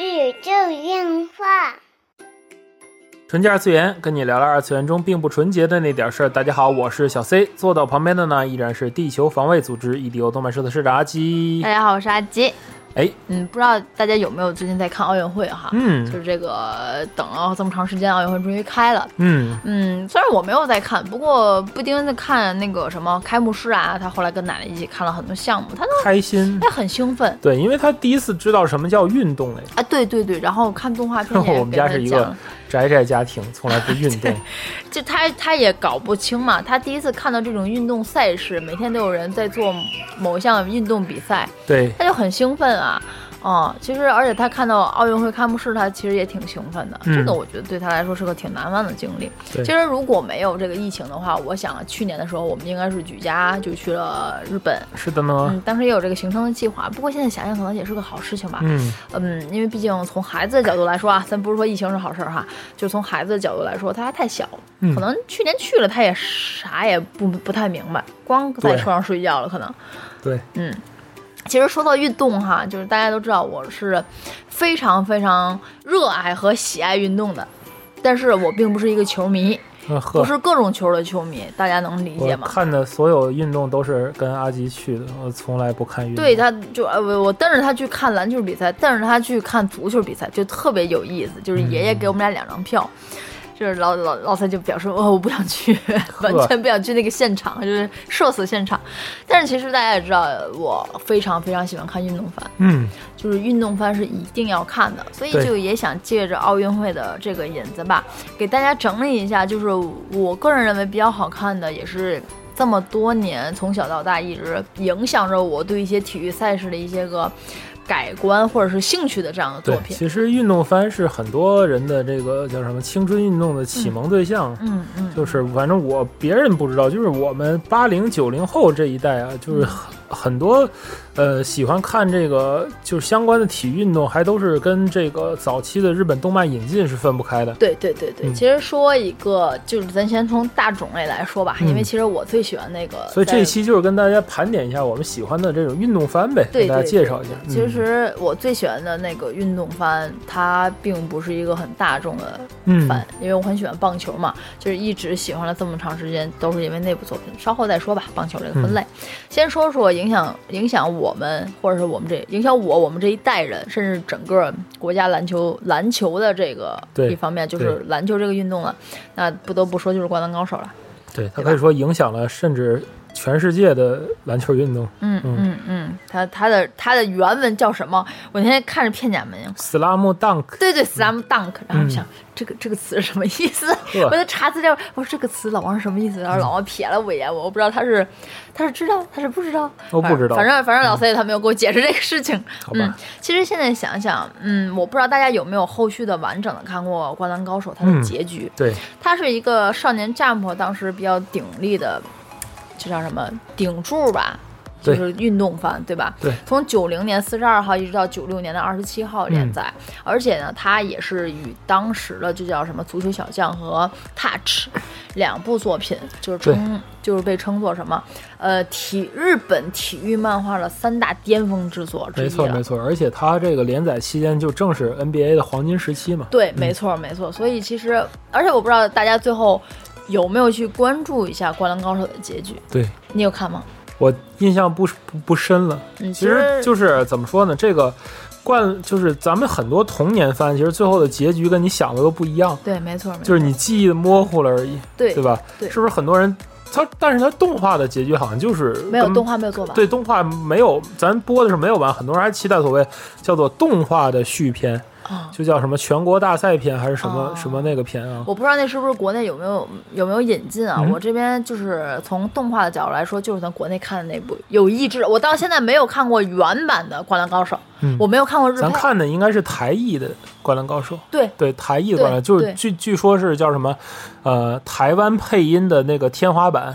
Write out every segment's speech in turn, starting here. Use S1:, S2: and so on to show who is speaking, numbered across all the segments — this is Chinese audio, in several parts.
S1: 宇宙电话。
S2: 啊
S3: 纯洁二次元，跟你聊聊二次元中并不纯洁的那点事儿。大家好，我是小 C，坐到旁边的呢依然是地球防卫组织 EDO 动漫社的社长阿基
S2: 大。家好，我是阿吉。
S3: 哎，
S2: 嗯，不知道大家有没有最近在看奥运会哈？就
S3: 嗯
S2: 是这个等了这么长时间，奥运会终于开了。
S3: 嗯，
S2: 嗯，虽然我没有在看，不过不丁在看那个什么开幕式啊，他后来跟奶奶一起看了很多项目，他都
S3: 开心。
S2: 他很兴奋
S3: 对，因为他第一次知道什么叫运动哎，
S2: 啊，对对对，然后看动画片也
S3: 我们
S2: 给
S3: 家
S2: 他
S3: 是一
S2: 讲
S3: 个，宅宅家庭，从来不运动。
S2: 就他他也搞不清嘛，他第一次看到这种运动赛事，每天都有人在做某一项运动比赛，
S3: 对，
S2: 他就很兴奋啊。哦，其实而且他看到奥运会开幕式，他其实也挺兴奋的。
S3: 嗯
S2: 这个我觉得对他来说是个挺难忘的经历。
S3: 对
S2: 其实如果没有这个疫情的话，我想啊去年的时候我们应该是举家就去了日本。
S3: 是的呢。
S2: 嗯，当时也有这个行程的计划，不过现在想想可能也是个好事情吧。
S3: 嗯，
S2: 嗯，因为毕竟从孩子的角度来说啊， 咱不是说疫情是好事儿哈，就从孩子的角度来说，他还太小，
S3: 嗯
S2: 可能去年去了他也啥也不不太明白，光在
S3: 对
S2: 车上睡觉了可能。
S3: 对，
S2: 嗯，其实说到运动哈，就是大家都知道我是非常非常热爱和喜爱运动的，但是我并不是一个球迷，
S3: 呃
S2: 不
S3: 呵，
S2: 是各种球的球迷，大家能理解
S3: 我
S2: 吗？
S3: 看的所有运动都是跟阿吉去的，我从来不看运动。
S2: 对，他就呃我我带着他去看篮球比赛，带着他去看足球比赛，就特别有意思。就是爷爷
S3: 嗯
S2: 给我们俩两张票，就是老老老蔡就表示哦我不想去， 完全不想去那个现场，就是社死现场。但是其实大家也知道，我非常非常喜欢看运动番，
S3: 嗯，
S2: 就是运动番是一定要看的，所以
S3: 对
S2: 就也想借着奥运会的这个引子吧，给大家整理一下，就是我个人认为比较好看的，也是这么多年从小到大一直影响着我对一些体育赛事的一些个改观或者是兴趣的这样的作
S3: 对，
S2: 品。
S3: 其实运动番是很多人的这个叫什么青春运动的启蒙对象。
S2: 嗯嗯，
S3: 就是反正我别人不知道，就是我们八零九零后这一代啊，就是
S2: 嗯
S3: 很很多，呃，喜欢看这个就是相关的体育运动，还都是跟这个早期的日本动漫引进是分不开的。
S2: 对对对对，
S3: 嗯
S2: 其实说一个就是咱先从大种类来说吧，
S3: 嗯
S2: 因为其实我最喜欢那个在，
S3: 所以这一期就是跟大家盘点一下我们喜欢的这种运动番呗，
S2: 对
S3: 给大家
S2: 对
S3: 介绍一下。嗯
S2: 其实我最喜欢的那个运动番，它并不是一个很大众的
S3: 嗯，
S2: 番
S3: 嗯，
S2: 因为我很喜欢棒球嘛，就是一直喜欢了这么长时间，都是因为那部作品。稍后再说吧，棒球这个
S3: 嗯
S2: 分类。先说说影响影响我们，或者是我们这影响我我们这一代人，甚至整个国家篮球篮球的这个
S3: 对
S2: 一方面，就是篮球这个运动了。那不得不说，就是《灌篮高手》了。
S3: 对，它
S2: 对
S3: 可以
S2: 吧
S3: 说影响了甚至全世界的篮球运动
S2: 嗯
S3: 嗯
S2: 嗯嗯，它它的它的原文叫什么？我那天看着片假名。
S3: ，slam dunk。
S2: 对对，slam dunk，然后
S3: 嗯
S2: 想、这个这个词是什么意 思？
S3: 呵
S2: 我就查资料，我说这个词老王是什么意思？然后老王瞥了我一眼，我不知道他是他是知道他是不知道，
S3: 我不知道嗯
S2: 反正反正老三他没有给我解释这个事情。
S3: 好吧
S2: 嗯，其实现在想想，嗯，我不知道大家有没有后续的完整的看过《灌篮高手》它的
S3: 嗯
S2: 结局，
S3: 对，
S2: 它是一个少年 Jump 当时比较鼎力的，这叫什么顶柱吧？就
S3: 对
S2: 是运动番，对吧？
S3: 对
S2: 从九零年四十二号一直到九六年的二十七号连载，
S3: 嗯
S2: 而且呢，它也是与当时的就叫什么《足球小将》和《Touch》两 部作品，就是称就是被称作什么呃体日本体育漫画的三大巅峰之作之一啊
S3: 没错
S2: 了
S3: 没。错，而且它这个连载期间就正是 NBA 的黄金时期嘛。
S2: 对，没错，没错。所以其实，而且我不知道大家最后有没有去关注一下《灌篮高手》的结局，
S3: 对，
S2: 你有看吗？
S3: 我印象不是不不深了。
S2: 嗯，
S3: 其实就是怎么说呢，这个灌就是咱们很多童年番，其实最后的结局跟你想的都不一样，
S2: 对，没错，没错，
S3: 就是你记忆模糊了而已，
S2: 对
S3: 对吧？
S2: 对
S3: 是不是很多人他？但是他动画的结局好像就是
S2: 没有
S3: 跟
S2: 动。画没有做完。
S3: 对动画没有，咱播的是没有完，很多人还期待所谓叫做动画的续篇，
S2: 啊、
S3: 就叫什么全国大赛篇还是什么、
S2: 哦
S3: 什么那个篇啊？
S2: 我不知道那是不是国内有没有有没有引进啊？
S3: 嗯
S2: 我这边就是从动画的角度来说，就是咱国内看的那部《有意志》，我到现在没有看过原版的《灌篮高手》
S3: 嗯
S2: 我没有看过日
S3: 咱
S2: 配。
S3: 看的应该是台译的《灌篮高手》。
S2: 对，
S3: 对台译的
S2: 对
S3: 观察，就是
S2: 对
S3: 据据说是叫什么，呃，台湾配音的那个天花板，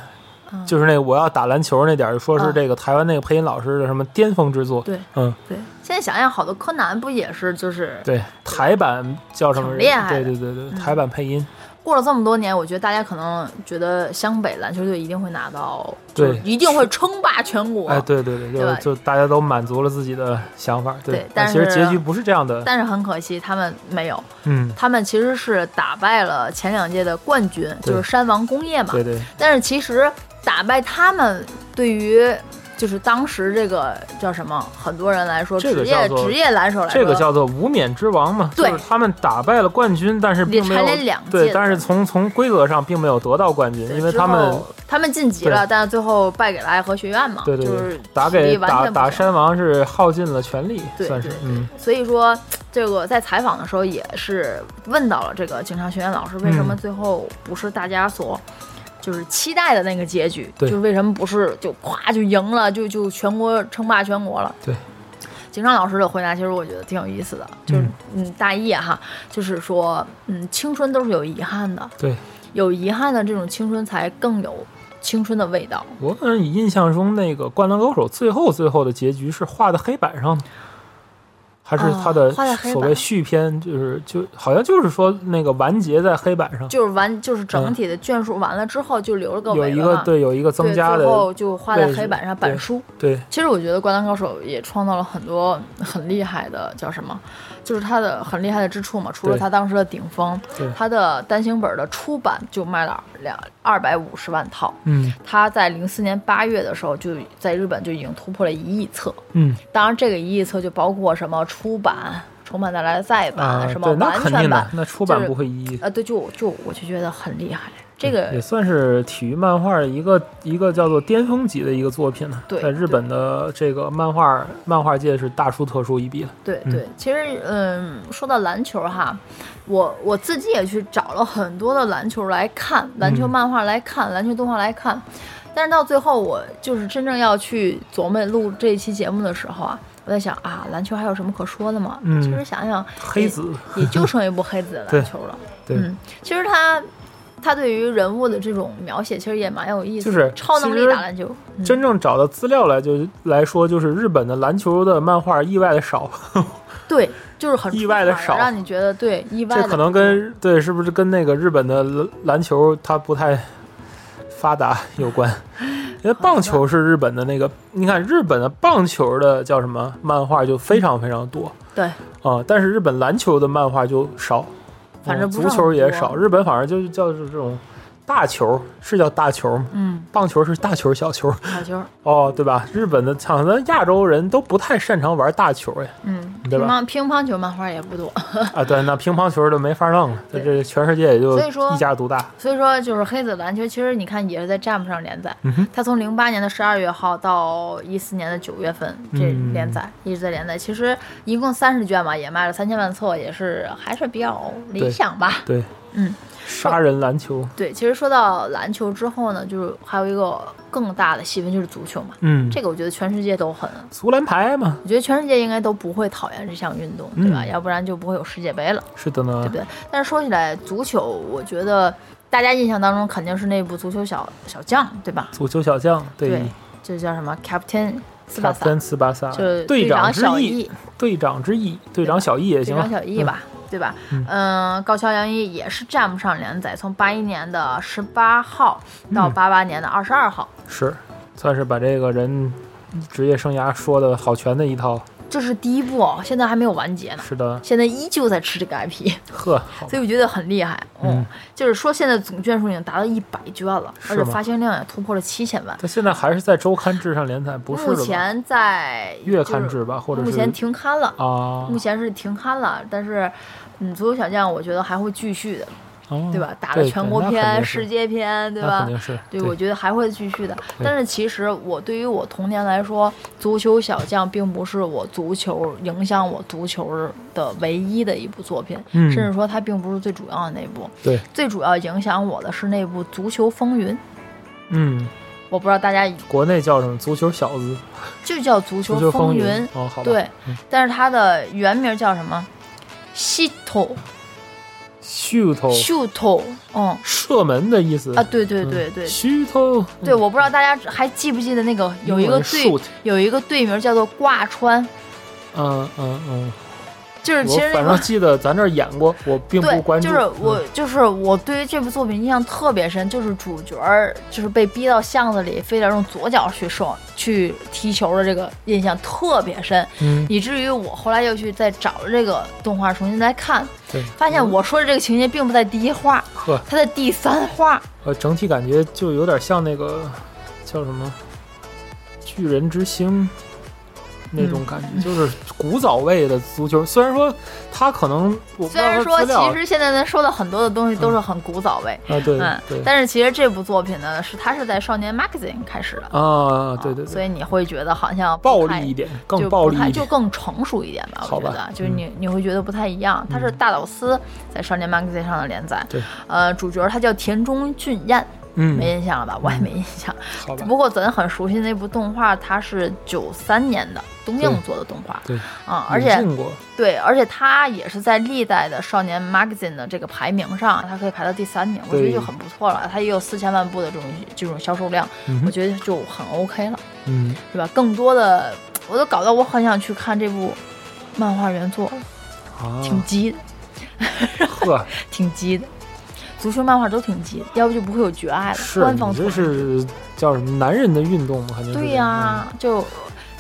S2: 嗯
S3: 就是那个我要打篮球那点儿，说是
S2: 嗯
S3: 这个台湾那个配音老师的什么巅峰之作。
S2: 对
S3: 嗯，
S2: 对。现在想想，好多柯南不也是就是
S3: 对，台版叫什么
S2: 挺
S3: 人？
S2: 厉害的嗯
S3: 对对对对，台版配音。
S2: 过了这么多年，我觉得大家可能觉得湘北篮球队一定会拿到，
S3: 对
S2: 就一定会称霸全国。
S3: 哎，对对对，
S2: 对吧
S3: 就就大家都满足了自己的想法，
S2: 对但
S3: 但其实
S2: 是
S3: 结局不是这样的，
S2: 但是很可惜，他们没有，
S3: 嗯，
S2: 他们其实是打败了前两届的冠军，
S3: 对
S2: 就是山王工业嘛。
S3: 对对
S2: 但是其实打败他们，对于就是当时这个叫什么，很多人来说，
S3: 这个
S2: 职业
S3: 叫做
S2: 职业篮手来说，
S3: 这个叫做无冕之王嘛，
S2: 对
S3: 就是他们打败了冠军，但是并没有
S2: 连蝉联两届
S3: 对，
S2: 的
S3: 但是从从规则上并没有得到冠军，
S2: 对
S3: 因为
S2: 之
S3: 他们
S2: 后他们晋级了，但是最后败给了爱和学院嘛，
S3: 对对
S2: 啊就
S3: 对
S2: 是，
S3: 打
S2: 体
S3: 给
S2: 力完
S3: 打
S2: 全不
S3: 打
S2: 行
S3: 山王是耗尽了全力，
S2: 对
S3: 算是
S2: 对对
S3: 嗯
S2: 所以说，这个在采访的时候也是问到了这个警察学院老师，为什么最后不是大家所就是期待的那个结局？
S3: 对
S2: 就是为什么不是就咵就赢了，就就全国称霸全国了？
S3: 对。
S2: 警长老师的回答其实我觉得挺有意思的，就是嗯大意哈，就是说嗯青春都是有遗憾的，
S3: 对。
S2: 有遗憾的这种青春才更有青春的味道。
S3: 我反正印象中那个《灌篮高手》最后最后的结局是画在黑板上的，还是
S2: 哦
S3: 他的
S2: 画在黑板
S3: 所谓续篇，就是就好像就是说那个完结在黑板上，
S2: 就是完，就是整体的卷数完了之后，就留了个
S3: 嗯有
S2: 尾
S3: 一
S2: 了
S3: 个
S2: 嘛
S3: 对有一个增
S2: 对，
S3: 加
S2: 最后
S3: 的，
S2: 就画在
S3: 位置
S2: 黑板上板
S3: 对
S2: 书。
S3: 对
S2: 其实我觉得《灌篮高手》也创造了很多 很厉害的叫什么，就是它的很厉害的之处嘛。除了
S3: 对
S2: 它当时的顶峰
S3: 对，
S2: 它的单行本的出版就卖了两二百五十万套。
S3: 嗯
S2: 它在零四年八月的时候就在日本就已经突破了一亿册。
S3: 嗯
S2: 当然，这个一亿册就包括什么出版、重版带来的再版、
S3: 啊，
S2: 什么
S3: 对，那
S2: 完
S3: 肯
S2: 全
S3: 定
S2: 版
S3: 的，。那出
S2: 就
S3: 版
S2: 是
S3: 不会一一。
S2: 啊，对，就就我就觉得很厉害。这个
S3: 也算是体育漫画一个一个叫做巅峰级的一个作品了，
S2: 对
S3: 在日本的这个漫画漫画界是大书特书一笔了。
S2: 对
S3: 嗯
S2: 对，其实嗯，说到篮球哈，我我自己也去找了很多的篮球来看，篮球
S3: 嗯
S2: 漫画来看，篮球动画来看，但是到最后我就是真正要去琢磨录这一期节目的时候啊，我在想啊，篮球还有什么可说的吗？
S3: 嗯
S2: 其实想想，
S3: 黑子，
S2: 也就剩一部黑子的
S3: 对
S2: 篮球了。
S3: 对
S2: 嗯，其实他他对于人物的这种描写，其实也蛮有意思
S3: 就
S2: 的，
S3: 是
S2: 超能
S3: 其
S2: 力
S3: 实
S2: 打篮球，嗯
S3: 真正找到资料来就来说，就是日本的篮球的漫画意外的少，
S2: 对，就是很
S3: 意外地
S2: 出彩
S3: 少
S2: 让你觉得对意 外
S3: 这
S2: 的，
S3: 可能跟对是不是跟那个日本的篮篮球它不太发达有关， 因为棒球是日本的那个，你看日本的棒球的叫什么漫画就非常非常多
S2: 对。
S3: 啊、但是日本篮球的漫画就少，
S2: 反正
S3: 嗯
S2: 不是
S3: 足球
S2: 很
S3: 也
S2: 多
S3: 少，日本反正就是叫这种大球是叫大球吗？
S2: 嗯，
S3: 棒球是大球小球
S2: 小球，
S3: 哦，对吧？日本的好像亚洲人都不太擅长玩大球哎。
S2: 嗯，
S3: 对
S2: 乒
S3: 吧
S2: 乓乒乓球漫画也不多，
S3: 啊，对，那乒乓球就没法弄了，这
S2: 对
S3: 这全世界也就
S2: 所以说
S3: 一家独大。
S2: 所以说就是黑子篮球，其实你看也是在 Jump 上连载，
S3: 嗯哼
S2: 它从零八年的十二月号到一四年的九月份这
S3: 嗯
S2: 连载、一直在连载，其实一共三十卷嘛，也卖了三千万册，也是还是比较理
S3: 对
S2: 想吧。
S3: 对，
S2: 嗯，
S3: 杀人篮球，
S2: 对，其实说到篮球之后呢，就是还有一个更大的细分就是足球嘛，
S3: 嗯，
S2: 这个我觉得全世界都很，
S3: 足篮排嘛，
S2: 我觉得全世界应该都不会讨厌这项运动，对吧？
S3: 嗯
S2: 要不然就不会有世界杯了。
S3: 是的呢
S2: 对不，对？但是说起来足球，我觉得大家印象当中肯定是那部《足球小小将》，对吧？
S3: 足球小将
S2: 对这叫什么 Captain 斯巴
S3: 卡
S2: 萨，
S3: 森斯巴萨
S2: 就是
S3: 队
S2: 长
S3: 之
S2: 小
S3: 意，
S2: 翼，
S3: 队长之意，队长小意也
S2: 队
S3: 行
S2: 长
S3: 吧，
S2: 小翼吧，对吧？
S3: 嗯
S2: 嗯、高桥洋一也是 Jump 上连载，从八一年的十八号到
S3: 嗯
S2: 八八年的二十二号，
S3: 嗯是，算是把这个人职业生涯说的好全的一套。
S2: 这是第一部哦，现在还没有完结呢。
S3: 是的，
S2: 现在依旧在吃这个 IP，
S3: 呵，好
S2: 所以我觉得很厉害。嗯，
S3: 嗯
S2: 就是说现在总卷数已经达到一百卷了，而
S3: 是
S2: 且
S3: 吗
S2: 发行量也突破了七千万。
S3: 他现在还是在周刊制上连载，不是
S2: 目
S3: 了吧？
S2: 前在
S3: 月刊
S2: 就是
S3: 制吧，或者
S2: 目前
S3: 是
S2: 停刊了，
S3: 啊，
S2: 目前是停刊了，但是。嗯，足球小将我觉得还会继续的，
S3: 哦
S2: 对吧？打
S3: 对
S2: 了
S3: 对
S2: 全国
S3: 那肯
S2: 篇、
S3: 定
S2: 世
S3: 是
S2: 界篇，对
S3: 那
S2: 吧
S3: 肯？定是，
S2: 对，我觉得还会继续的。
S3: 对
S2: 但是其实我对于我童年来说，足球小将并不是我足球影响我足球的唯一的一部作品，
S3: 嗯
S2: 甚至说它并不是最主要的那部。
S3: 对，
S2: 最主要影响我的是那部《足球风云》，
S3: 嗯，
S2: 我不知道大家
S3: 国内叫什么？足球小子，
S2: 就叫《足
S3: 足
S2: 球
S3: 球
S2: 风
S3: 风
S2: 云》
S3: 哦，好吧，
S2: 对
S3: 嗯，
S2: 但是它的原名叫什么？西头
S3: 虚头
S2: 秀头，嗯
S3: 射门的意思
S2: 啊，对对
S3: 嗯
S2: 对对
S3: 虚头，
S2: 对，我不知道大家还记不记得那个有一
S3: 英
S2: 个
S3: 文
S2: 队
S3: shoot
S2: 有一个队名叫做挂川，
S3: 嗯嗯嗯，
S2: 就是其
S3: 我
S2: 实那
S3: 反
S2: 个
S3: 正记得咱这儿演过，我并不
S2: 对，
S3: 关注。嗯
S2: 就是我，就是我对于这部作品印象特别深，就是主角儿就是被逼到巷子里，非得用左脚去送去踢球的这个印象特别深，
S3: 嗯，
S2: 以至于我后来又去再找这个动画重新再看，
S3: 对，
S2: 发现我说的这个情节并不在第一话，
S3: 呵，
S2: 它在第三话。
S3: 呃，整体感觉就有点像那个叫什么《巨人之星》那种感觉，就是古早味的足球。虽然说他可能我不知
S2: 虽
S3: 道
S2: 然
S3: 他
S2: 说
S3: 资料
S2: 其实现在咱说的很多的东西都是很古早味，
S3: 啊，对
S2: 嗯，
S3: 对
S2: 但是其实这部作品呢，是它是在少年 Magazine 开始的，
S3: 啊，对对
S2: 所
S3: 对，
S2: 以你会觉得好像不
S3: 暴
S2: 太
S3: 力一点，
S2: 就
S3: 更
S2: 不
S3: 暴力
S2: 太
S3: 一
S2: 就
S3: 点。
S2: 更成熟一点吧，
S3: 好
S2: 我觉
S3: 吧嗯
S2: 得，就是你你会觉得不太一样。它是大岛司在少年 magazine 上的连载，
S3: 嗯对，
S2: 呃，主角他叫田中俊彦，
S3: 嗯，
S2: 没印象了吧？我也没印象。
S3: 好吧，
S2: 不过咱很熟悉那部动画，它是九三年的东映
S3: 对
S2: 做的动画，
S3: 对，
S2: 啊、而且
S3: 引进过，
S2: 对，而且它也是在历代的少年 magazine 的这个排名上，它可以排到第三名，我觉得
S3: 对
S2: 就很不错了。它也有四千万部的这种这种销售量，
S3: 嗯
S2: 我
S3: 哼
S2: 觉得就很 OK 了。
S3: 嗯，
S2: 对吧？更多的，我都搞得我很想去看这部漫画原作，
S3: 啊，
S2: 挺鸡的，
S3: 呵，
S2: 挺鸡的。足球漫画都挺鸡的，要不就不会有绝爱了。
S3: 是
S2: 官方
S3: 你这
S2: 推
S3: 是叫什么男人的运动吗？肯定是
S2: 对
S3: 这
S2: 呀、
S3: 样
S2: 就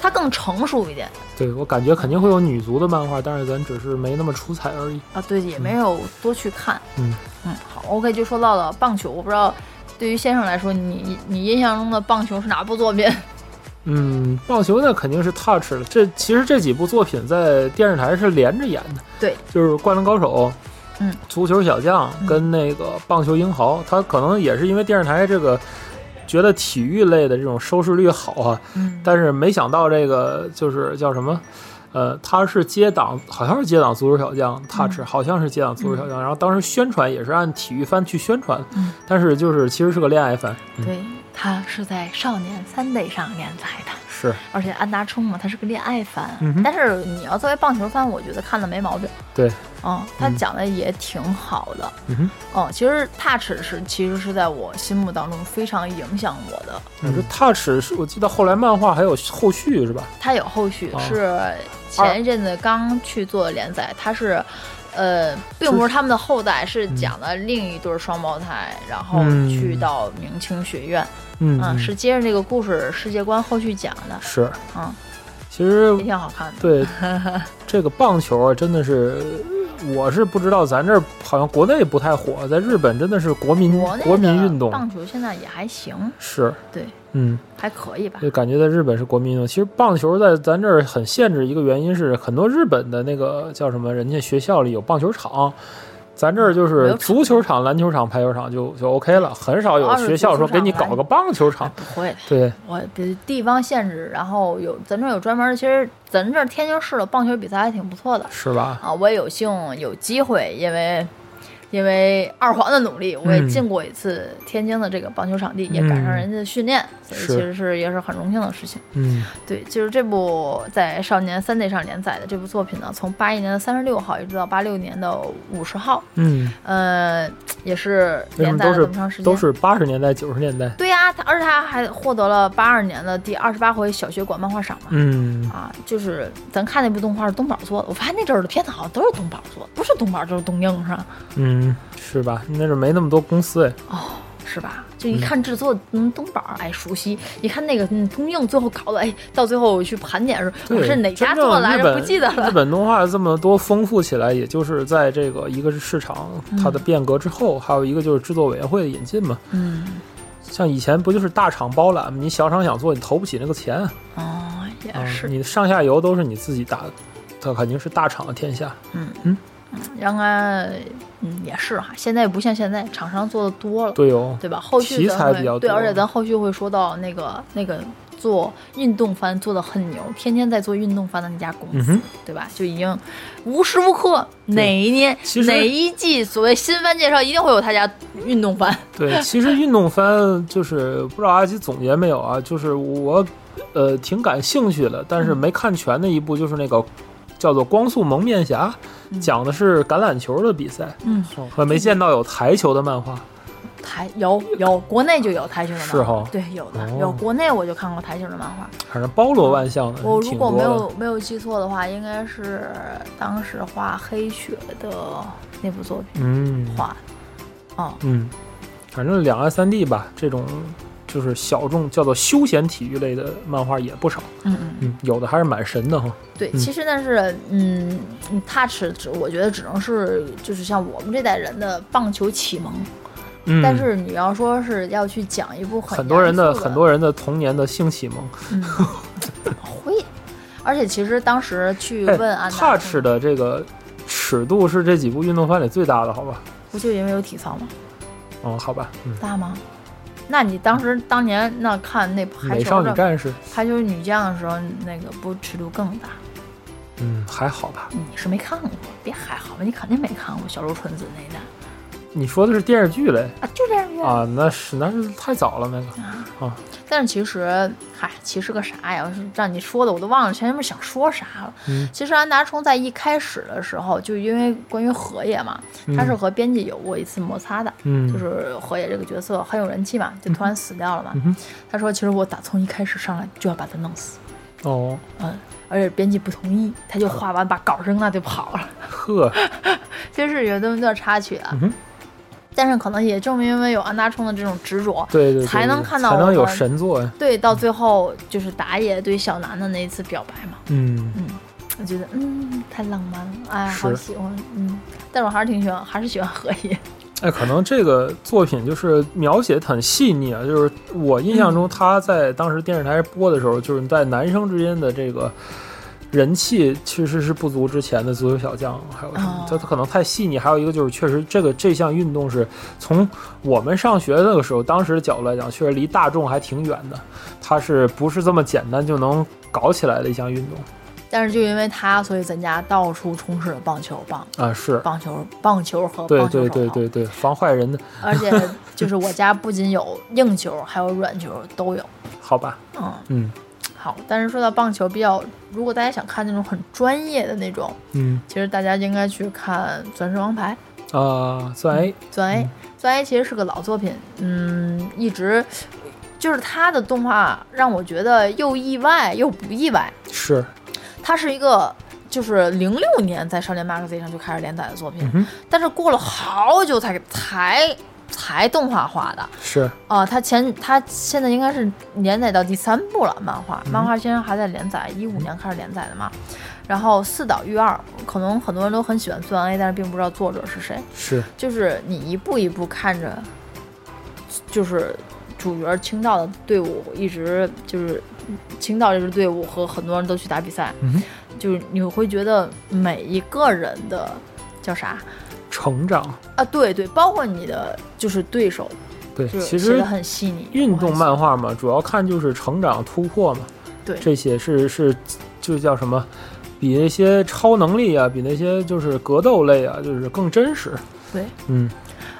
S2: 它更成熟一点
S3: 嗯对我感觉肯定会有女足的漫画，但是咱只是没那么出彩而已。
S2: 啊。对，也没有多去看。
S3: 嗯
S2: 嗯，好，OK，就说到了棒球，我不知道对于先生来说，你你印象中的棒球是哪部作品？
S3: 嗯，棒球那肯定是 touch 了。这其实这几部作品在电视台是连着演的，
S2: 对，
S3: 就是《灌篮高手》。
S2: 嗯，
S3: 足球小将跟那个棒球英豪，他可能也是因为电视台这个觉得体育类的这种收视率好啊，
S2: 嗯，
S3: 但是没想到这个就是叫什么，呃，他是接档，好像是接档足球小
S2: 嗯
S3: 将 touch，、好像是接档足球小将，然后当时宣传也是按体育番去宣传，
S2: 嗯
S3: 但是就是其实是个恋爱番，嗯、
S2: 对，它是在少年 Sunday 上连载的。
S3: 是
S2: 而且安达充嘛，他是个恋爱番，
S3: 嗯哼
S2: 但是你要作为棒球番，我觉得看的没毛病。
S3: 对，
S2: 嗯，他讲的也挺好的。
S3: 嗯哼，
S2: 嗯，其实 Touch 是其实是在我心目当中非常影响我的。
S3: 我说 touch 是我记得后来漫画还有后续是吧？
S2: 它有后续，
S3: 哦
S2: 是前一阵子刚去做的连载，它是。呃，并不是他们的后代，是讲的另一对双胞胎，然后
S3: 嗯
S2: 去到明清学院，
S3: 嗯，
S2: 嗯，是接着这个故事世界观后续讲的，
S3: 是，
S2: 嗯，
S3: 其 实
S2: 也挺好看的。
S3: 对这个棒球啊，真的是。我是不知道，咱这儿好像国内不太火，在日本真的是国民
S2: 国内
S3: 国民
S2: 的
S3: 运动，
S2: 棒球现在也还行，
S3: 是，
S2: 对，
S3: 嗯，
S2: 还可以吧。
S3: 就感觉在日本是国民运动。其实棒球在咱这儿很限制，一个原因是很多日本的那个叫什么，人家学校里有棒球场，咱这儿就
S2: 没
S3: 是
S2: 有场
S3: 足球场、篮球场、排球场就就 OK 了，很少
S2: 主要
S3: 有
S2: 是
S3: 学校说给你
S2: 哦足球场
S3: 搞个棒球场。
S2: 不会的，
S3: 对，
S2: 我的地方限制，然后有咱这儿有专门儿，其实咱这儿天津市的棒球比赛还挺不错的
S3: 是吧？
S2: 啊。我也有幸有机会，因为因为二黄的努力，我也
S3: 嗯
S2: 进过一次天津的这个棒球场地，也赶上
S3: 嗯
S2: 人家的训练，所以
S3: 是
S2: 其实是也是很荣幸的事情。
S3: 嗯，
S2: 对，就是这部在少年三 D 上连载的这部作品呢，从八一年的三十六号一直到八六年的五十号，
S3: 嗯，
S2: 呃，也是
S3: 为什
S2: 连
S3: 么
S2: 载
S3: 都
S2: 了这
S3: 是
S2: 么长时间，
S3: 都是八十年代、九十年代？
S2: 对呀、他而且他还获得了八二年的第二十八回小学馆漫画赏嘛。
S3: 嗯，
S2: 啊，就是咱看那部动画是东宝做的，我发现那阵儿的片子好像都是东宝做的，不是东宝就是东映是吧？
S3: 嗯，是吧？那是没那么多公司哎。
S2: 哦，是吧？就一看制作，嗯，东宝哎熟悉，一看那个嗯东映最后搞的，哎，到最后我去盘点的时候，
S3: 对
S2: 我是哪家
S3: 真正
S2: 做的来
S3: 日
S2: 着？
S3: 本
S2: 不记得
S3: 日
S2: 了。
S3: 本动画这么多丰富起来，也就是在这个一个是市场它的变革之后，还有一个就是制作委员会的引进嘛。
S2: 嗯，
S3: 像以前不就是大厂包揽吗，你小厂想做，你投不起那个钱啊，
S2: 哦，也是。
S3: 你的上下游都是你自己打，它肯定是大厂的天下。
S2: 然而，嗯，也是哈，现在不像现在厂商做的多了。
S3: 对哦，
S2: 对吧？后续
S3: 题
S2: 咱
S3: 材
S2: 会
S3: 比较
S2: 对，
S3: 多
S2: 而且咱后续会说到那个那个做运动番做的很牛，天天在做运动番的那家公
S3: 嗯
S2: 司，
S3: 哼
S2: 对吧？就已经无时无刻哪一年
S3: 其实
S2: 哪一季所谓新番介绍一定会有他家运动番，
S3: 对，其实运动番就是不知道阿吉总结没有啊，就是我呃挺感兴趣的，但
S2: 嗯
S3: 是没看全的一部就是那个叫做《光速蒙面侠》，讲的是橄榄球的比赛，
S2: 嗯，
S3: 我没见到有台球的漫画。
S2: 台有有国内就有台球的漫画，
S3: 是哈
S2: 对，有的、
S3: 哦
S2: 有国内我就看过台球的漫画。
S3: 反正包罗万象的，
S2: 嗯我如
S3: 嗯挺
S2: 果
S3: 多
S2: 没
S3: 的。
S2: 有没有记错的话，应该是当时画黑雪的那部作品
S3: 嗯
S2: 画的。哦，
S3: 嗯，反正两岸三地吧，这种就是小众叫做休闲体育类的漫画也不少。
S2: 嗯嗯。
S3: 嗯，有的还是蛮神的哈。
S2: 对，
S3: 嗯
S2: 其实但是，嗯，touch 只我觉得只能是就是像我们这代人的棒球启蒙，
S3: 嗯，
S2: 但是你要说是要去讲一部很
S3: 很多人的
S2: 严肃
S3: 很多人的童年的性启蒙，
S2: 嗯 会，而且其实当时去
S3: 哎
S2: 问安娜同学
S3: ，Touch 的这个尺度是这几部运动番里最大的，好吧？
S2: 不就因为有体操吗？
S3: 哦，好吧，嗯，
S2: 大吗？那你当时当年那看那排
S3: 美
S2: 球
S3: 少女
S2: 的
S3: 战士，
S2: 排球女将的时候，那个不尺度更大？
S3: 嗯，还好吧？
S2: 你是没看过，别还好吧？你肯定没看过小鹿纯子那一代
S3: 你说的是电视剧嘞？
S2: 啊，就这样
S3: 啊，那是那是太早了那个。啊
S2: 但是其实，嗨，其实个啥呀？让你说的我都忘了前面想说啥了。
S3: 嗯
S2: 其实安达充在一开始的时候，就因为关于河野嘛，他是和编辑有过一次摩擦的，
S3: 嗯，
S2: 就是河野这个角色很有人气嘛，就突然死掉了嘛。
S3: 嗯哼
S2: 他说，其实我打从一开始上来就要把他弄死，
S3: 哦，
S2: 嗯，而且编辑不同意，他就画完把稿扔那就跑了。
S3: 呵，
S2: 这是有这么段插曲啊
S3: 嗯，哼
S2: 但是可能也正因为有安达充的这种执着，
S3: 对对对，
S2: 才能
S3: 对
S2: 看到
S3: 才能有
S2: 我们
S3: 神作呀。
S2: 对，到最后就是打野对小南的那一次表白嘛。
S3: 嗯，
S2: 我觉得嗯，太浪漫了，哎，
S3: 是
S2: 好喜欢，嗯，但是我还是挺喜欢，还是喜欢荷叶，
S3: 哎，可能这个作品就是描写得很细腻啊，就是我印象中他在当时电视台播的时候，就是在男生之间的这个。人气其实是不足之前的足球小将，还有什么
S2: 哦？
S3: 他、他可能太细腻。还有一个就是，确实这个这项运动是从我们上学那个时候，当时的角度来讲，确实离大众还挺远的。它是不是这么简单就能搞起来的一项运动
S2: 但是就因为他，所以咱家到处充斥着棒球棒。
S3: 啊？是，
S2: 棒球、棒球和
S3: 对
S2: 棒球
S3: 对
S2: 手
S3: 对
S2: 套，
S3: 对对，防坏人的，
S2: 而且就是我家不仅有硬球，还有软球都有。
S3: 好吧？
S2: 嗯，
S3: 嗯
S2: 好。但是说到棒球，比较如果大家想看那种很专业的那种，
S3: 嗯
S2: 其实大家应该去看《钻石王牌》。
S3: 啊，算 A，
S2: 钻 A，、钻 A 其实是个老作品，嗯，一直就是它的动画让我觉得又意外又不意外。
S3: 是，
S2: 它是一个就是零六年在少年 Magazine 上就开始连载的作品，
S3: 嗯哼
S2: 但是过了好久才才才动画化的
S3: 是，
S2: 啊、它前它现在应该是连载到第三部了，漫画
S3: 嗯
S2: 漫画现在还在连载，一五年开始连载的嘛。然后四岛裕二，可能很多人都很喜欢钻 A，但是并不知道作者是谁。
S3: 是，
S2: 就是你一步一步看着，就是主角青岛的队伍一直就是青岛这支队伍和很多人都去打比赛，
S3: 嗯哼
S2: 就是你会觉得每一个人的叫啥
S3: 成长，
S2: 啊？对对，包括你的就是对手，
S3: 对，
S2: 就是
S3: 其
S2: 写
S3: 实
S2: 的很细腻。
S3: 运
S2: 我很
S3: 动
S2: 喜
S3: 漫画嘛，主要看就是成长突破嘛，
S2: 对
S3: 这些是是就叫什么？比那些超能力啊，比那些就是格斗类啊，就是更真实。
S2: 对，
S3: 嗯，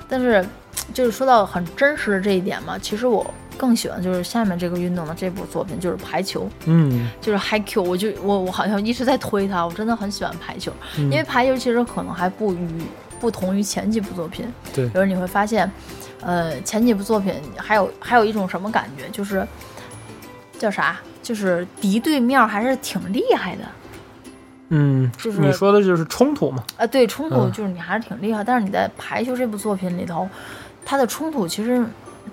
S2: 但是就是说到很真实的这一点嘛，其实我更喜欢就是下面这个运动的这部作品，就是排球。
S3: 嗯，
S2: 就是 h i Q，我就我我好像一直在推它，我真的很喜欢排球，
S3: 嗯
S2: 因为排球其实可能还不与不同于前几部作品，
S3: 对
S2: 比如你会发现，呃，前几部作品还有还有一种什么感觉，就是叫啥，就是敌对面还是挺厉害的，
S3: 嗯，
S2: 就是
S3: 你说的就是冲突嘛，
S2: 呃，对，冲突
S3: 嗯
S2: 就是你还是挺厉害，但是你在排球这部作品里头，它的冲突其实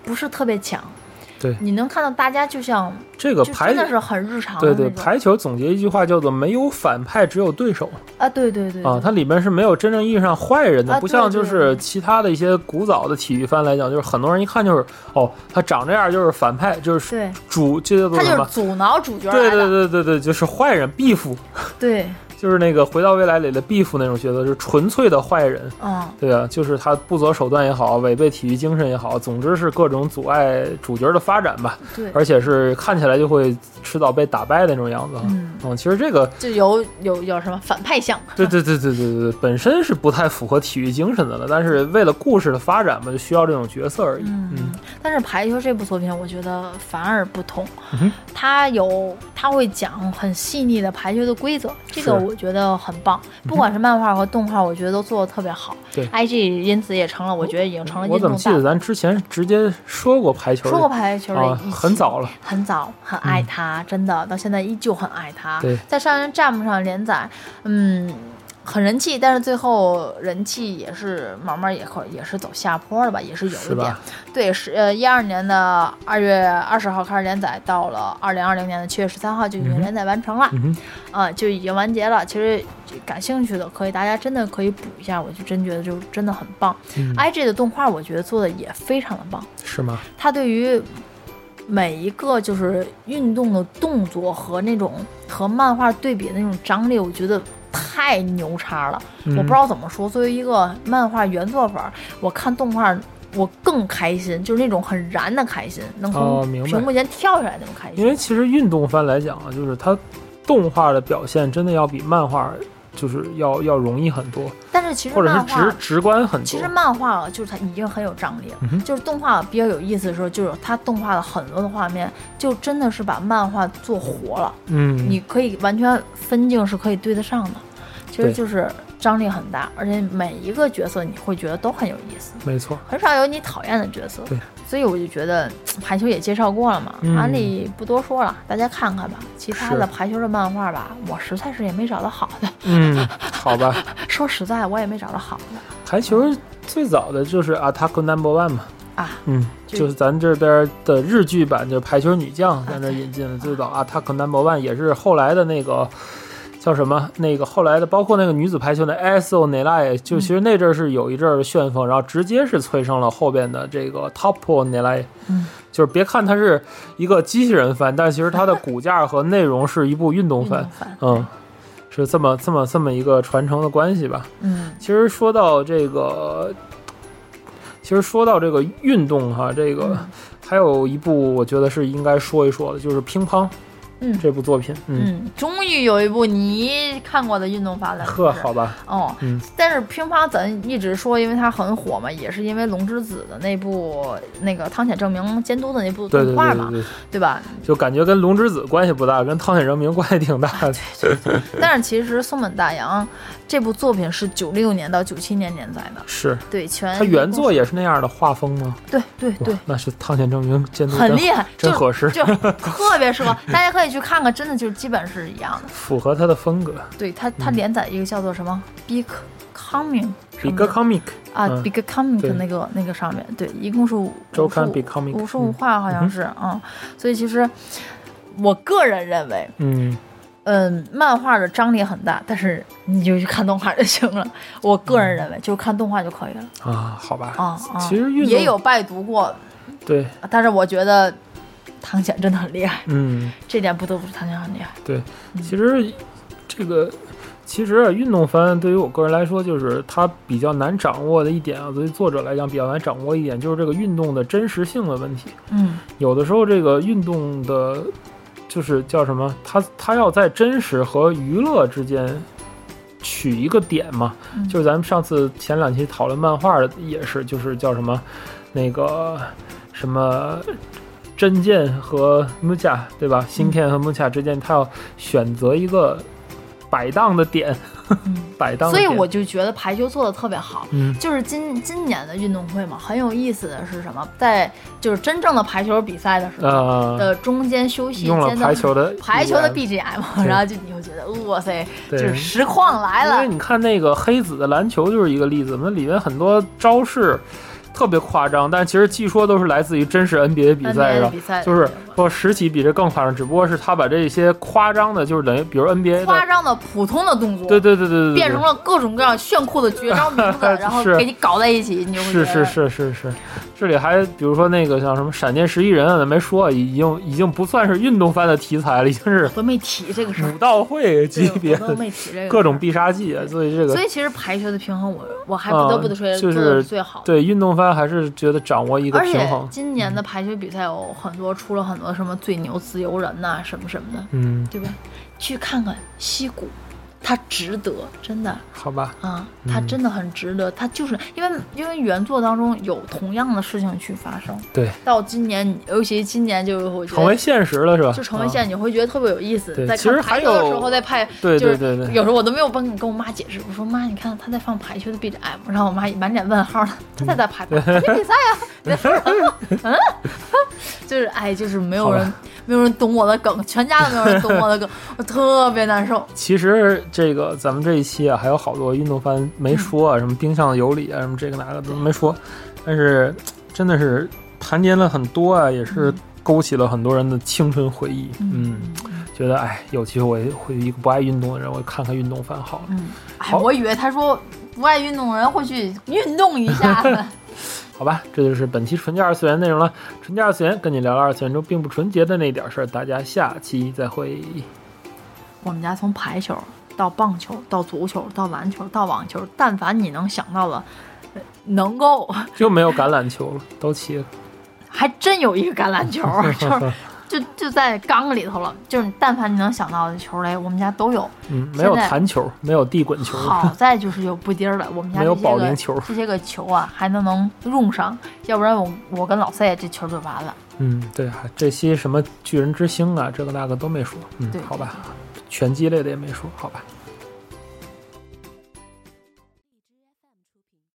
S2: 不是特别强，
S3: 对
S2: 你能看到大家就像
S3: 这个
S2: 就
S3: 排
S2: 真的是很日常的
S3: 对
S2: 那
S3: 对
S2: 种，
S3: 排球总结一句话叫做“没有反派，只有对手”。
S2: 啊，对对对
S3: 啊，
S2: 对
S3: 它里面是没有真正意义上坏人的，
S2: 啊
S3: 不
S2: 对
S3: 像
S2: 对
S3: 就
S2: 对
S3: 是其他的一些古早的体育番来讲，就是很多人一看就是哦，他长这样就是反派，就是
S2: 对
S3: 主，这叫做
S2: 他
S3: 什
S2: 就
S3: 么
S2: 是？阻挠主角
S3: 对
S2: 来
S3: 对
S2: 的，
S3: 对对对，就是坏人 beef，
S2: 对，
S3: 就是那个《回到未来》里的 beef 那种角色，就是纯粹的坏人。
S2: 嗯，
S3: 对啊，就是他不择手段也好，违背体育精神也好，总之是各种阻碍主角的发展吧，
S2: 对，
S3: 而且是看起来就会迟早被打败的那种样子啊。
S2: 嗯，
S3: 嗯，其实这个
S2: 就有有有什么反派向，
S3: 对对对对对对，对，本身是不太符合体育精神的了，但是为了故事的发展嘛，就需要这种角色而已。
S2: 嗯，但是排球这部作品，我觉得反而不同
S3: 嗯哼，
S2: 它有它会讲很细腻的排球的规则，这个
S3: 是嗯
S2: 我我觉得很棒，不管是漫画和动画，我觉得都做的特别好。
S3: 对
S2: ，IG 因此也成了，我觉得已经成了
S3: 我
S2: 运
S3: 怎么
S2: 动
S3: 记
S2: 大
S3: 得咱之前直接说过排球？
S2: 说过排球的
S3: 啊
S2: 一期、，
S3: 很早了。
S2: 很早，很爱他，真的到现在依旧很爱他
S3: 嗯对。
S2: 在少年 Jump 上连载，嗯，很人气，但是最后人气也是慢慢也快也是走下坡了吧，也是有
S3: 是
S2: 一点
S3: 吧。
S2: 对，是呃一二年的二月二十号开始连载，到了二零二零年的七月十三号就已
S3: 嗯哼
S2: 经连载完成了，
S3: 嗯哼，
S2: 啊、就已经完结了。其实感兴趣的可以，大家真的可以补一下，我就真觉得就真的很棒。
S3: 嗯
S2: IG 的动画我觉得做的也非常的棒。
S3: 是吗？
S2: 他对于每一个就是运动的动作和那种和漫画对比的那种张力，我觉得太牛叉了。
S3: 嗯
S2: 我不知道怎么说，作为一个漫画原作粉儿，我看动画。我更开心，就是那种很燃的开心，能
S3: 哦
S2: 从
S3: 明白
S2: 屏幕前跳下来那种开
S3: 因
S2: 心。
S3: 为其实运动番来讲啊，就是它动画的表现真的要比漫画就是要要容易很多，
S2: 但是其实
S3: 或者
S2: 漫
S3: 是
S2: 画
S3: 直，直观很多。
S2: 其实漫画啊就是它已经很有张力了。
S3: 嗯哼
S2: 就是动画比较有意思的时候，就是它动画的很多的画面，就真的是把漫画做活了。
S3: 嗯，
S2: 你可以完全分镜是可以对得上的，其实
S3: 对
S2: 就是张力很大，而且每一个角色你会觉得都很有意思，
S3: 没错，
S2: 很少有你讨厌的角色
S3: 对。
S2: 所以我就觉得嘖排球也介绍过了嘛，
S3: 嗯
S2: 安利不多说了，大家看看吧。其他
S3: 是
S2: 的排球的漫画吧，我实在是也没找到好的。
S3: 嗯，好吧。
S2: 说实在，我也没找到好的
S3: 排球最早的就是 Attack Number One 嘛，
S2: 啊。
S3: 嗯，
S2: 就
S3: 就是咱这边的日剧版，就是排球女将在那引进了。最早 Attack Number One 也是后来的那个叫什么？那个后来的包括那个女子排球的 ISO n e l a 就其实那阵儿是有一阵儿的旋风，然后直接是催生了后边的这个 Top n e l a
S2: 嗯
S3: 就是别看它是一个机器人番，但其实它的骨架和内容是一部运动
S2: 运
S3: 番
S2: 动，番，
S3: 嗯，是这么这么这么一个传承的关系吧。
S2: 嗯
S3: 其实说到这个，其实说到这个运动哈，这个、
S2: 嗯
S3: 还有一部我觉得是应该说一说的，就是乒乓
S2: 嗯
S3: 这部作品。嗯，
S2: 嗯，终于有一部你看过的运动番了，是
S3: 呵，
S2: 不是
S3: 好吧，
S2: 哦，
S3: 嗯
S2: 但是乒乓咱一直说，因为它很火嘛，也是因为龙之子的那部那个汤浅证明监督的那部
S3: 对
S2: 动
S3: 对
S2: 画
S3: 对
S2: 嘛，
S3: 对对，
S2: 对吧？
S3: 就感觉跟龙之子关系不大，跟汤显证明关系挺大的。
S2: 但是其实松本大洋这部作品是九六年到九七年连载的，
S3: 是
S2: 对，全
S3: 他原作也是那样的画风吗？
S2: 对对对
S3: 哇，，那是汤显证明监督
S2: 很
S3: 真
S2: 厉害，
S3: 真
S2: 就
S3: 合适，
S2: 就特别适合，大家可以去看看，真的就是基本是一样的。
S3: 符合他的风格。
S2: 对他，
S3: 嗯
S2: 他连载一个叫做什么《Big Coming》
S3: 比格 comic
S2: 啊，
S3: 嗯
S2: 《Big Coming
S3: 对》
S2: 那个那个上面，对，一共是五
S3: 周刊
S2: 五
S3: Big Comic，
S2: 五十五话好像是嗯，所以其实我个人认为，
S3: 嗯，
S2: 嗯，漫画的张力很大，但是你就去看动画就行了。我个人认为，就是看动画就可以了
S3: 啊，好吧，
S2: 啊啊。
S3: 嗯其实运动
S2: 也有拜读过，
S3: 对，
S2: 但是我觉得唐显真的很厉害，
S3: 嗯，
S2: 这点不得不说唐显很厉害。
S3: 对，其实这个其实啊，运动番对于我个人来说，就是它比较难掌握的一点啊，对于作者来讲比较难掌握一点，就是这个运动的真实性的问题。
S2: 嗯，
S3: 有的时候这个运动的，就是叫什么，它它要在真实和娱乐之间。取一个点嘛，
S2: 嗯
S3: 就是咱们上次前两期讨论漫画的也是，就是叫什么，那个什么真剑和木恰，对吧？
S2: 嗯
S3: 新片和木恰之间，他要选择一个摆荡的点，
S2: 嗯
S3: 摆荡的
S2: 所以
S3: 点。
S2: 我就觉得排球做的特别好。
S3: 嗯
S2: 就是今今年的运动会嘛，很有意思的是什么？在就是真正的排球比赛的时候
S3: 呃，
S2: 的中间休息
S3: 用了
S2: 间的
S3: 排球的
S2: 排球的
S3: 必
S2: BGM，
S3: 对
S2: 然后就你会觉得哇塞，就
S3: 对
S2: 是实况来
S3: 因为
S2: 了。
S3: 你看那个黑子的篮球就是一个例子，那里面很多招式特别夸张，但其实据说都是来自于真实 NBA 比
S2: NBA
S3: 赛
S2: 的
S3: 的。
S2: 比赛
S3: 就是说实体比这更夸张，只不过是他把这些夸张的，就是等于比如 NBA
S2: 夸
S3: 的，
S2: 张的普通的动作，
S3: 对对对对对对，
S2: 变成了各种各样炫酷的绝招名字，然后
S3: 是
S2: 给你搞在一起，你就会
S3: 是
S2: 觉得
S3: 是是是是，这里还比如说那个像什么闪电十一人啊，咱没说，已经已经不算是运动番的题材了，已经是
S2: 我都没提这个事儿
S3: 武，道会级
S2: 对
S3: 别
S2: 我都
S3: 的
S2: 没提这个
S3: 各
S2: 事
S3: 种
S2: 儿。
S3: 必杀技啊，所以这个
S2: 所以其实排球的平衡我，我还不得不得说
S3: 啊
S2: 做
S3: 就是
S2: 的是最好的。
S3: 对运动番还是觉得掌握一个
S2: 而
S3: 平
S2: 且
S3: 衡。
S2: 今年的排球比赛有很多出了很多什么最牛自由人呐、什么什么的，
S3: 嗯，
S2: 对吧？去看看西谷，它值得，真的
S3: 好吧，
S2: 啊，它真的很值得。它就是因为因为原作当中有同样的事情去发生，
S3: 对，
S2: 到今年，尤其今年就是我觉
S3: 成为
S2: 得。
S3: 现实了是吧？
S2: 就成为
S3: 啊
S2: 现在你会觉得特别有意思
S3: 对，
S2: 在
S3: 其实
S2: 看排
S3: 还
S2: 球的
S3: 有
S2: 时候，在派，
S3: 对
S2: 就是
S3: 对对对
S2: 有时候我都没有跟跟我妈解释，我说妈，你看他在放排球的 BGM，然后我妈满脸问号了，他在在排排球比赛呀、你在说什么？嗯， 就是哎，就是没有
S3: 好
S2: 人没有人懂我的梗，全家都没有人懂我的梗，我特别难受。
S3: 其实这个咱们这一期啊，还有好多运动番没说啊，什么冰上有理啊，什么这个那个都没说，但是真的是盘点了很多啊，也是勾起了很多人的青春回忆。嗯，觉得哎，有机会我也会一个不爱运动的人，我看看运动番好了。
S2: 嗯，哎，
S3: 好
S2: 我以为他说不爱运动的人会去运动一 下的。
S3: 好吧，这就是本期纯洁二次元内容了。纯洁二次元跟你聊聊二次元中并不纯洁的那点事儿，大家下期再会。
S2: 我们家从排球到棒球到足球到篮球到网球，但凡你能想到的，呃能够
S3: 就没有橄榄球了，都齐了。
S2: 还真有一个橄榄球， 就是就就在缸里头了。就是但凡你能想到的球类，我们家都有。
S3: 嗯，没有
S2: 现在
S3: 弹球，没有地滚球。
S2: 好在就是有布丁儿了，我们家
S3: 没有
S2: 这些
S3: 保
S2: 个
S3: 龄球
S2: 这些个球啊还能能用上，要不然我我跟老赛这球就完了。
S3: 嗯，对啊，这期什么巨人之星啊，这个那个都没说。嗯
S2: 对，
S3: 好吧，拳击类的也没说，好吧。